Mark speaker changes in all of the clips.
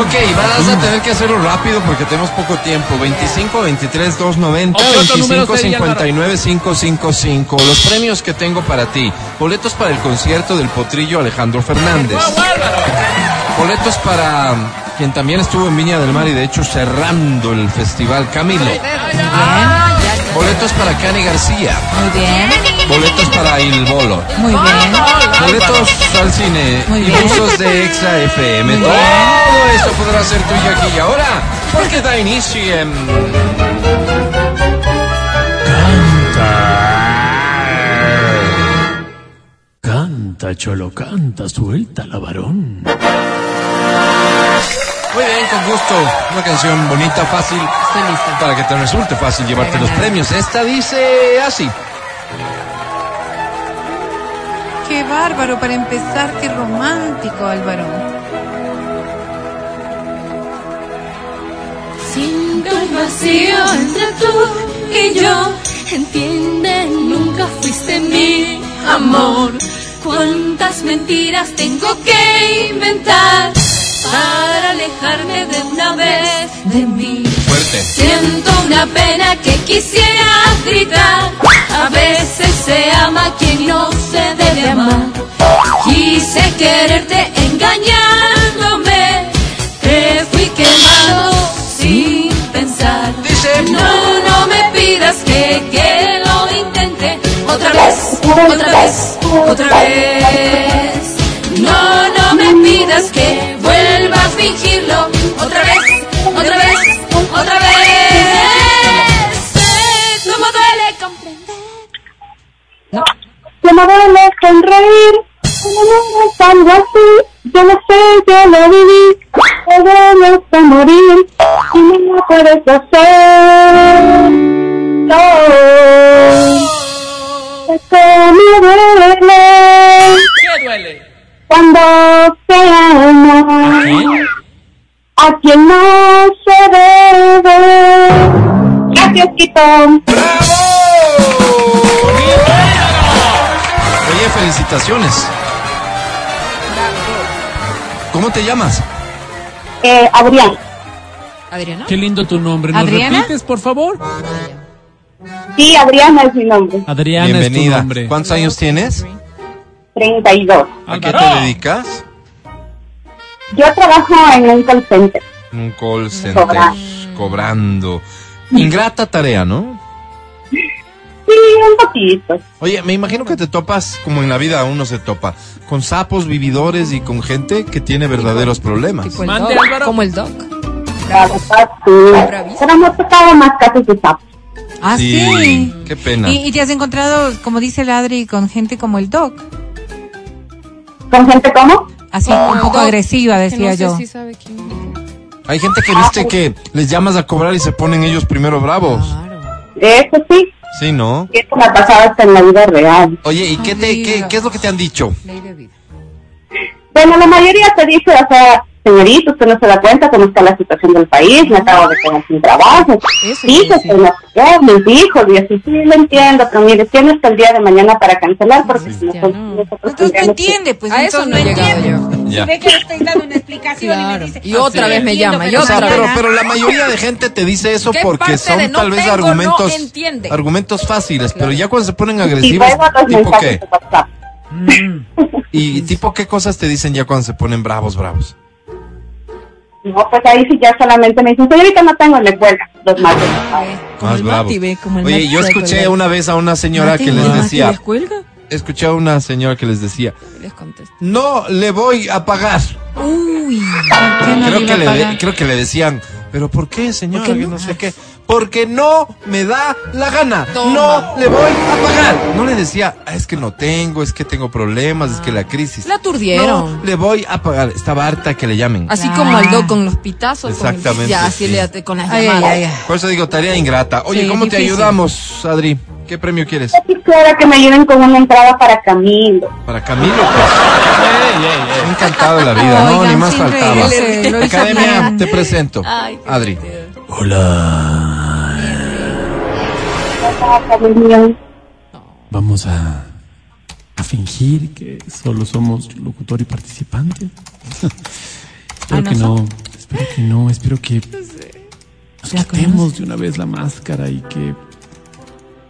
Speaker 1: Vas a tener que hacerlo rápido porque tenemos poco tiempo. 25, 23, 290,
Speaker 2: Otro número
Speaker 1: 25,
Speaker 2: sería,
Speaker 1: 59, 555. Los premios que tengo para ti. Boletos para el concierto del potrillo Alejandro Fernández. Boletos para mm, quien también estuvo en Viña del Mar y de hecho cerrando el festival Camilo. Boletos para Cani García.
Speaker 3: Muy bien,
Speaker 1: Boletos para Il Bolo.
Speaker 3: muy bien.
Speaker 1: Boletos al cine
Speaker 3: Muy
Speaker 1: y
Speaker 3: bien.
Speaker 1: usos de Exa FM. Todo eso podrá ser tuyo aquí y ahora, porque da inicio em, en...
Speaker 4: eh. Canta, cholo, canta, suelta la varón.
Speaker 1: Muy bien, con gusto. Una canción bonita, fácil,
Speaker 3: Estoy lista.
Speaker 1: para que te resulte fácil llevarte los premios. Esta dice así.
Speaker 3: Qué bárbaro, para empezar, qué romántico, Álvaro.
Speaker 5: Siento el vacío entre tú y yo. Entiende, nunca fuiste mi amor. Cuántas mentiras tengo que inventar para alejarme de una vez de mí.
Speaker 1: Fuerte.
Speaker 5: Siento una pena que quisiera gritar. A veces se ama quien no se debe amar. Quise quererte engañándome. Te fui quemado sin pensar.
Speaker 1: Dice-
Speaker 5: No, no me pidas que, que lo intente. Otra vez, otra vez, otra vez. No, no me pidas que vuelva a fingirlo. Otra vez, otra vez, otra vez. Sé ¿Cómo duele comprender?
Speaker 6: No me duele sonreír, no me es algo así, yo lo sé, yo lo viví, me duele hasta morir, y no me puedes hacer, no, esto me duele,
Speaker 2: ¿Qué duele?
Speaker 6: cuando se ama, a quien no se debe, gracias Quito.
Speaker 1: ¡Bravo! Oye, felicitaciones. ¿Cómo te llamas?
Speaker 6: Eh, Adrián,
Speaker 3: ¿Adriana?
Speaker 4: Qué lindo tu nombre. ¿Nos
Speaker 3: ¿Adriana?
Speaker 4: repites, por favor?
Speaker 6: sí, Adrián es mi nombre,
Speaker 4: Adriana es tu
Speaker 1: Bienvenida.
Speaker 4: nombre.
Speaker 1: ¿Cuántos años tienes?
Speaker 6: 32.
Speaker 1: ¿A qué
Speaker 2: Álvaro.
Speaker 1: te dedicas?
Speaker 6: Yo trabajo en un call center.
Speaker 1: Un call center
Speaker 6: Cobrar.
Speaker 1: cobrando. Ingrata tarea, ¿no?
Speaker 6: Sí, un poquito.
Speaker 1: Oye, me imagino que te topas, como en la vida uno se topa, con sapos, vividores y con gente que tiene verdaderos problemas.
Speaker 3: Tipo el
Speaker 2: Mande,
Speaker 3: doc,
Speaker 2: Álvaro.
Speaker 3: como el doc.
Speaker 6: La verdad, sí. Pero no tocaba más casos de sapos.
Speaker 3: Ah, sí.
Speaker 1: Sí, qué pena.
Speaker 3: ¿Y, y te has encontrado, como dice el Adri, con gente como el doc.
Speaker 6: ¿Con gente como?
Speaker 3: Así, un poco agresiva,
Speaker 7: Oh, Que no
Speaker 3: decía
Speaker 7: sé
Speaker 3: yo.
Speaker 7: si sabe quién.
Speaker 1: Hay gente que
Speaker 7: Ah,
Speaker 1: viste que les llamas a cobrar y se ponen ellos primero bravos.
Speaker 7: Ah.
Speaker 6: Eso sí,
Speaker 1: Sí, ¿no?
Speaker 6: que eso me ha pasado hasta en la vida real.
Speaker 1: Oye, ¿y qué, te, qué, qué es lo que te han dicho?
Speaker 3: Ley de vida.
Speaker 6: Bueno, la mayoría te dice, o sea, señorita, usted no se da cuenta cómo está la situación del país, me acabo de quedar sin trabajo.
Speaker 7: Eso
Speaker 6: Sí,
Speaker 7: sí,
Speaker 6: que
Speaker 7: sí.
Speaker 6: se me acabó, mis hijos, y así, sí, lo entiendo, pero mire, tiene hasta el día de mañana para cancelar porque nosotros, nosotros
Speaker 3: Entonces no
Speaker 6: tendríamos que-
Speaker 3: entiende, pues.
Speaker 7: A eso
Speaker 3: entonces
Speaker 7: no he llegado yo.
Speaker 1: Ya.
Speaker 8: Ve que le estoy dando una explicación
Speaker 7: Claro.
Speaker 8: y me dice.
Speaker 7: Y otra
Speaker 8: "Sí,
Speaker 7: vez me
Speaker 8: entiendo,
Speaker 7: llama, y
Speaker 8: pero
Speaker 1: O sea,
Speaker 8: no
Speaker 7: otra
Speaker 1: pero,
Speaker 8: hará".
Speaker 1: pero la mayoría de gente te dice eso
Speaker 7: ¿Qué
Speaker 1: porque
Speaker 7: parte
Speaker 1: son
Speaker 7: de no
Speaker 1: tal vez
Speaker 7: tengo, no
Speaker 1: argumentos
Speaker 7: entiende?
Speaker 1: argumentos fáciles, pero ya cuando se ponen
Speaker 6: Y
Speaker 1: agresivos,
Speaker 6: luego los
Speaker 1: ¿tipo
Speaker 6: mensajes
Speaker 1: qué?
Speaker 6: de WhatsApp.
Speaker 1: ¿Y tipo qué cosas te dicen ya cuando se ponen bravos, bravos?
Speaker 6: No, pues ahí sí ya solamente me dicen, señorita, no tengo, le cuelga los machos.
Speaker 3: Como el
Speaker 1: bravos.
Speaker 3: Mati, ve, como el
Speaker 1: Oye,
Speaker 3: Mati
Speaker 1: yo
Speaker 3: se
Speaker 1: escuché
Speaker 3: cuelga.
Speaker 1: una vez a una señora
Speaker 3: Mati,
Speaker 1: que les
Speaker 3: ¿no?
Speaker 1: decía,
Speaker 7: ¿Les cuelga?
Speaker 1: escuché a una señora que les decía,
Speaker 7: Les contesto.
Speaker 1: no le voy a pagar.
Speaker 3: Uy, ¿por qué no
Speaker 1: creo,
Speaker 3: le
Speaker 1: que
Speaker 3: iba a
Speaker 1: le de-
Speaker 3: pagar?
Speaker 1: creo que le decían, pero ¿por qué, señora?
Speaker 3: ¿Por qué
Speaker 1: Que
Speaker 3: no?
Speaker 1: no sé qué. Porque no me da la gana.
Speaker 7: Toma.
Speaker 1: No le voy a pagar. No le decía, "Ah, es que no tengo, es que tengo problemas, es que la crisis.
Speaker 7: La aturdieron.
Speaker 1: No le voy a pagar. Estaba harta que le llamen.
Speaker 7: Así
Speaker 3: Ah.
Speaker 7: como al doc con los pitazos. Con
Speaker 1: Exactamente,
Speaker 7: el- ya, así
Speaker 1: sí.
Speaker 7: le- con las
Speaker 3: Ay, ay,
Speaker 7: llamadas.
Speaker 3: ay, ay.
Speaker 1: Por eso digo, tarea ingrata. Oye,
Speaker 3: Sí,
Speaker 1: ¿cómo te
Speaker 3: difícil.
Speaker 1: ayudamos, Adri? ¿Qué premio quieres?
Speaker 6: Yo quisiera que me ayuden con una entrada para Camilo.
Speaker 1: Para Camilo, pues. Me ha encantado la vida, ¿no?
Speaker 3: Oigan,
Speaker 1: Ni más
Speaker 3: sin
Speaker 1: faltaba.
Speaker 3: reírse, lo hizo
Speaker 1: Academia,
Speaker 3: bien.
Speaker 1: te presento.
Speaker 7: Ay, qué
Speaker 1: Adri.
Speaker 7: divertido.
Speaker 4: Hola.
Speaker 6: Hola, Camilo.
Speaker 4: Vamos a, a fingir que solo somos locutor y participante. Espero que no Espero que no, espero que nos quitemos de una vez la máscara y que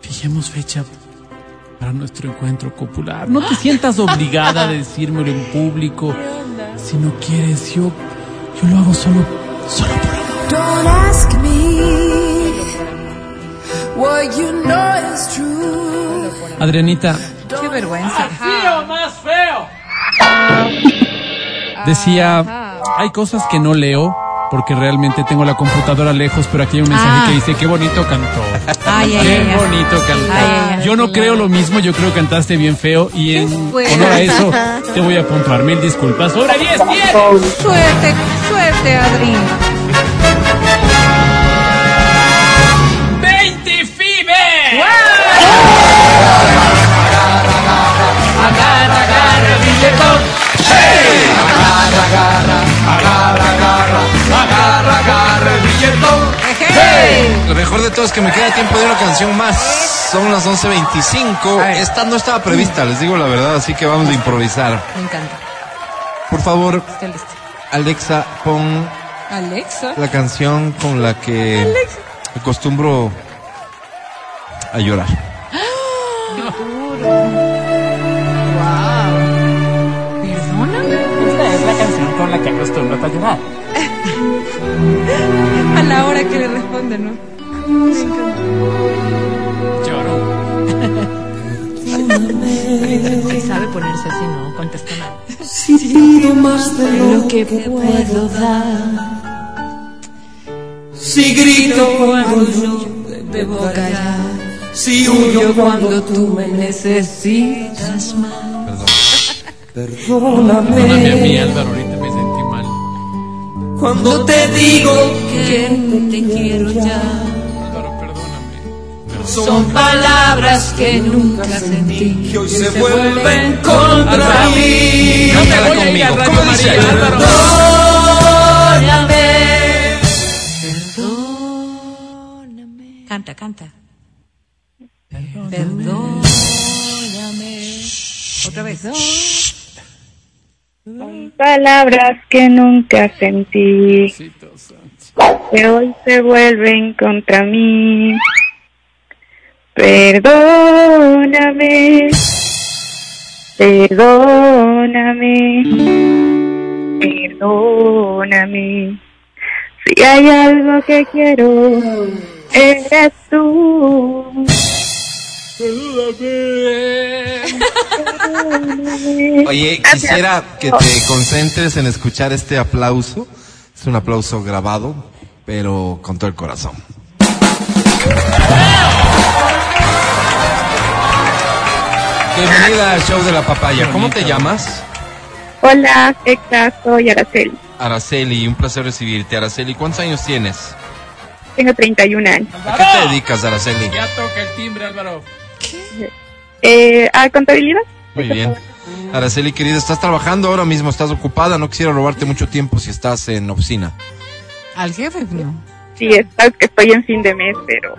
Speaker 4: fijemos fecha para nuestro encuentro copular. No te sientas obligada a decírmelo en público. Si no quieres, yo, yo lo hago solo, solo por amor.
Speaker 5: Don't ask me what you know is true.
Speaker 4: Adrianita,
Speaker 3: Qué vergüenza.
Speaker 4: decía, hay cosas que no leo porque realmente tengo la computadora lejos, pero aquí hay un mensaje
Speaker 9: Ah.
Speaker 4: que dice, qué bonito cantó.
Speaker 9: Ay, ay,
Speaker 4: Qué
Speaker 9: ay, ay.
Speaker 4: bonito
Speaker 9: Ay,
Speaker 4: cantar.
Speaker 9: ay,
Speaker 4: Yo no
Speaker 9: ay.
Speaker 4: creo lo mismo, yo creo que cantaste bien feo y en
Speaker 3: fuerte.
Speaker 4: honor a eso te voy a puntuar mil disculpas. Sobre 10 tienes.
Speaker 3: Suerte, suerte, Adri.
Speaker 4: 20 FIBE.
Speaker 1: Lo mejor de todo es que me queda tiempo de una canción más. Son las 11.25. Esta no estaba prevista, les digo la verdad, así que vamos a improvisar.
Speaker 9: Me encanta.
Speaker 1: Por favor,
Speaker 9: Estoy lista.
Speaker 1: Alexa, pon
Speaker 9: Alexa.
Speaker 1: la canción con la que acostumbro a llorar.
Speaker 9: Perdóname.
Speaker 10: Esta es la canción con la que acostumbro a ayudar.
Speaker 9: A la hora que le responde, ¿no?
Speaker 4: Lloro.
Speaker 9: Que sabe ponerse así, ¿no? Contesta mal.
Speaker 5: Si pido más de lo que puedo dar. Si grito cuando yo debo callar. Si huyo cuando tú me necesitas más.
Speaker 4: Perdóname a
Speaker 5: Perdóname
Speaker 4: mí, Álvaro, ahorita me sentí mal.
Speaker 5: cuando te digo que no te quiero ya.
Speaker 4: Álvaro, perdóname.
Speaker 5: Son palabras que nunca sentí, que hoy se vuelven contra mí.
Speaker 4: No te voy
Speaker 1: Cántala
Speaker 4: a ir a
Speaker 1: conmigo.
Speaker 4: Radio
Speaker 1: ¿Cómo dice?
Speaker 4: María, Álvaro.
Speaker 5: Perdóname.
Speaker 9: Canta, canta.
Speaker 11: Palabras que nunca sentí,
Speaker 4: Cito santo.
Speaker 11: que hoy se vuelven contra mí. Perdóname, perdóname, perdóname. Si hay algo que quiero, eres tú. Perdóname.
Speaker 1: Oye, quisiera que te concentres en escuchar este aplauso. Es un aplauso grabado, pero con todo el corazón. Bienvenida al show de la papaya. ¿Cómo te llamas?
Speaker 11: Hola, Exa, soy Araceli.
Speaker 1: Araceli, un placer recibirte. Araceli, ¿cuántos años tienes?
Speaker 11: Tengo 31 años.
Speaker 1: ¿A qué te dedicas, Araceli?
Speaker 4: Ya toca el timbre, Álvaro.
Speaker 11: Eh, ¿A contabilidad?
Speaker 1: Muy bien. Araceli, querida, estás trabajando ahora mismo, estás ocupada, no quisiera robarte mucho tiempo si estás en oficina.
Speaker 9: Al jefe, no.
Speaker 11: Sí, estás que estoy en fin de mes, pero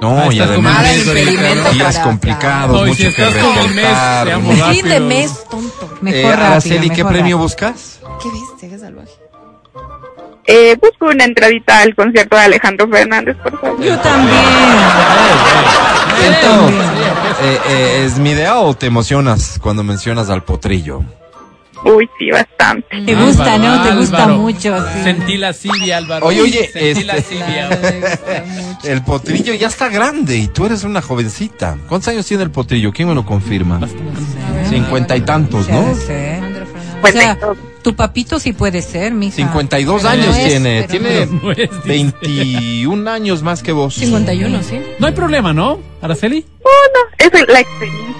Speaker 1: No,
Speaker 4: Ah,
Speaker 1: y
Speaker 4: estás como
Speaker 1: además pues,
Speaker 4: un mes ahorita,
Speaker 1: días
Speaker 4: ¿no?
Speaker 1: días
Speaker 9: para-
Speaker 1: complicados,
Speaker 4: No, y
Speaker 1: mucho
Speaker 4: si estás
Speaker 1: que
Speaker 4: como el mes,
Speaker 1: reportar.
Speaker 4: seamos
Speaker 1: mucho-
Speaker 4: rápidos.
Speaker 9: Fin de mes, tonto.
Speaker 1: Eh,
Speaker 3: Mejor rápido,
Speaker 1: Araceli, ¿qué
Speaker 3: mejor
Speaker 1: premio
Speaker 3: rápido.
Speaker 1: buscas?
Speaker 9: ¿Qué viste? Qué salvaje.
Speaker 11: eh, busco una entradita al concierto de Alejandro Fernández, por favor.
Speaker 3: Yo también.
Speaker 1: Entonces, eh, eh, ¿es mi idea o te emocionas cuando mencionas al potrillo?
Speaker 11: Uy, sí, bastante.
Speaker 3: Te gusta,
Speaker 4: Álvaro,
Speaker 3: ¿no? Te gusta
Speaker 4: Álvaro.
Speaker 3: mucho. sí.
Speaker 4: Sentí la sibia, Álvaro.
Speaker 1: Oye, oye,
Speaker 4: Sentí la
Speaker 1: este-
Speaker 4: sibia.
Speaker 1: El potrillo ya está grande y tú eres una jovencita. ¿Cuántos años tiene el potrillo? ¿Quién me lo confirma?
Speaker 4: Ah,
Speaker 1: Cincuenta y tantos, ¿no?
Speaker 3: Ya sé. O
Speaker 11: Pues,
Speaker 3: sea,
Speaker 11: entonces,
Speaker 3: tu papito sí puede ser, mija.
Speaker 1: 52
Speaker 3: Pero no
Speaker 1: años
Speaker 3: es,
Speaker 1: tiene.
Speaker 3: pero
Speaker 1: Tiene
Speaker 3: no.
Speaker 4: No es, dice.
Speaker 1: 21 años más que vos.
Speaker 9: 51, sí.
Speaker 4: No hay problema, ¿no, Araceli?
Speaker 11: es la experiencia.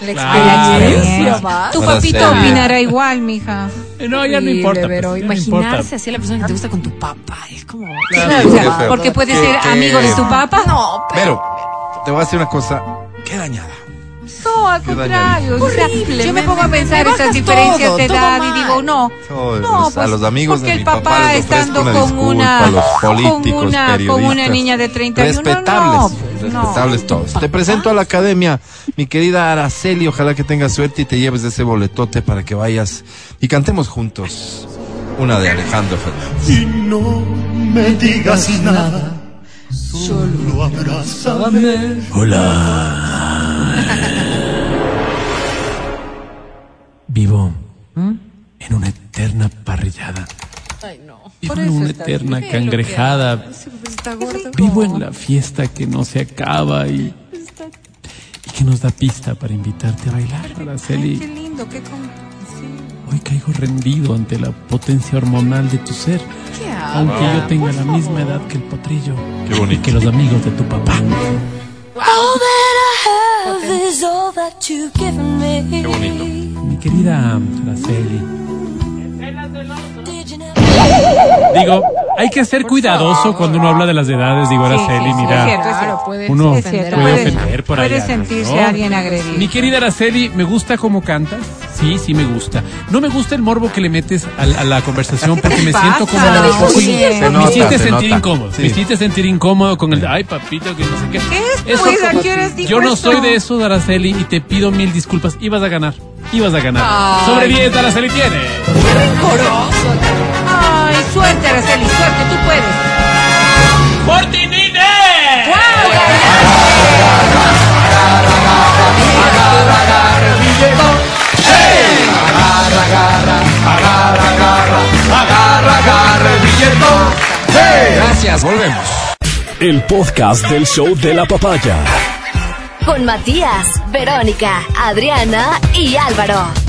Speaker 9: La
Speaker 4: Claro.
Speaker 9: experiencia.
Speaker 3: Tu
Speaker 1: Para
Speaker 3: papito
Speaker 1: ser-
Speaker 3: opinará igual, mija.
Speaker 4: Eh, No, ya no importa.
Speaker 9: Pero
Speaker 4: pues, ya no importa.
Speaker 9: imaginarse así a la persona que te gusta con tu papá. Es como.
Speaker 1: Claro,
Speaker 3: O sea,
Speaker 1: qué feo.
Speaker 3: porque puede
Speaker 1: Qué-
Speaker 3: ser
Speaker 1: qué-
Speaker 3: amigo de tu papá.
Speaker 9: No,
Speaker 1: Pero, te voy a decir una cosa. Qué dañada.
Speaker 3: No, al
Speaker 1: Qué
Speaker 3: contrario. o sea,
Speaker 9: Horrible,
Speaker 3: yo me
Speaker 9: me-
Speaker 3: pongo a
Speaker 9: me-
Speaker 3: pensar
Speaker 9: me
Speaker 3: esas
Speaker 9: bajas
Speaker 3: diferencias
Speaker 9: todo,
Speaker 3: de
Speaker 9: todo
Speaker 3: edad
Speaker 9: mal.
Speaker 3: y digo, no.
Speaker 1: Yo,
Speaker 3: No,
Speaker 1: pues, a
Speaker 3: pues,
Speaker 1: los amigos
Speaker 3: porque
Speaker 1: de mi
Speaker 3: el
Speaker 1: papá,
Speaker 3: papá
Speaker 1: les ofrezco
Speaker 3: estando
Speaker 1: una
Speaker 3: con
Speaker 1: disculpa,
Speaker 3: una-
Speaker 1: a los
Speaker 3: con
Speaker 1: políticos,
Speaker 3: una- con una
Speaker 1: periodistas.
Speaker 3: niña de 31, no,
Speaker 1: Respetables,
Speaker 3: no, pues, no.
Speaker 1: respetables todos. Te presento a la academia, mi querida Araceli, ojalá que tengas suerte y te lleves ese boletote para que vayas y cantemos juntos. una de Alejandro Fernández.
Speaker 12: Y no me digas nada, solo abrázame.
Speaker 4: Vivo
Speaker 3: ¿Mm?
Speaker 4: en una eterna parrillada. Vivo en una eterna cangrejada.
Speaker 3: Sí, pues está gordo.
Speaker 4: Vivo en la fiesta que no se acaba y, y que nos da pista para invitarte a bailar,
Speaker 3: Ay,
Speaker 4: Araceli.
Speaker 3: qué lindo, qué con... sí.
Speaker 4: Hoy caigo rendido ante la potencia hormonal de tu ser,
Speaker 7: ¿Qué hago?
Speaker 4: aunque yo tenga la misma edad que el potrillo
Speaker 1: Qué bonito.
Speaker 4: y que los amigos de tu papá.
Speaker 5: All that I have is all that you've given me.
Speaker 1: Qué bonito.
Speaker 4: Mi querida Araceli,
Speaker 5: Did you never
Speaker 4: digo, hay que ser cuidadoso cuando uno habla de las edades, digo Araceli,
Speaker 7: sí,
Speaker 4: mira.
Speaker 7: es cierto, es cierto. Puedes
Speaker 4: uno
Speaker 7: es cierto,
Speaker 4: puede
Speaker 7: puedes-
Speaker 4: ofender por
Speaker 3: puede
Speaker 4: allá,
Speaker 3: sentirse
Speaker 4: ¿no?
Speaker 3: alguien agredido.
Speaker 4: Mi querida Araceli, ¿me gusta cómo cantas? Sí, sí me gusta. No me gusta el morbo que le metes al- a, la conversación porque me
Speaker 3: pasa?
Speaker 4: siento como
Speaker 3: Lo
Speaker 4: un poco
Speaker 3: dijo
Speaker 4: in-
Speaker 3: bien. Se
Speaker 4: me
Speaker 1: nota,
Speaker 4: hiciste
Speaker 1: se
Speaker 4: sentir
Speaker 1: nota.
Speaker 4: incómodo.
Speaker 1: Sí.
Speaker 4: Me hiciste sentir incómodo con el ay papito que no sé qué.
Speaker 3: ¿Qué es, pues? ¿A qué horas dijo
Speaker 4: yo no
Speaker 3: eso?
Speaker 4: soy de eso, Araceli, y te pido mil disculpas. Ibas a ganar. Ibas a ganar. Sobre 10, Araceli tiene.
Speaker 3: Ay, suerte, Araceli, suerte, tú puedes.
Speaker 4: ¡Fortinine!
Speaker 1: Gracias, volvemos.
Speaker 13: El podcast del show de la papaya.
Speaker 14: Con Matías, Verónica, Adriana y Álvaro.